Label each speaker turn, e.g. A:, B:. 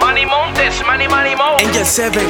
A: Money Montes, Money Money Mo.
B: Angel 7,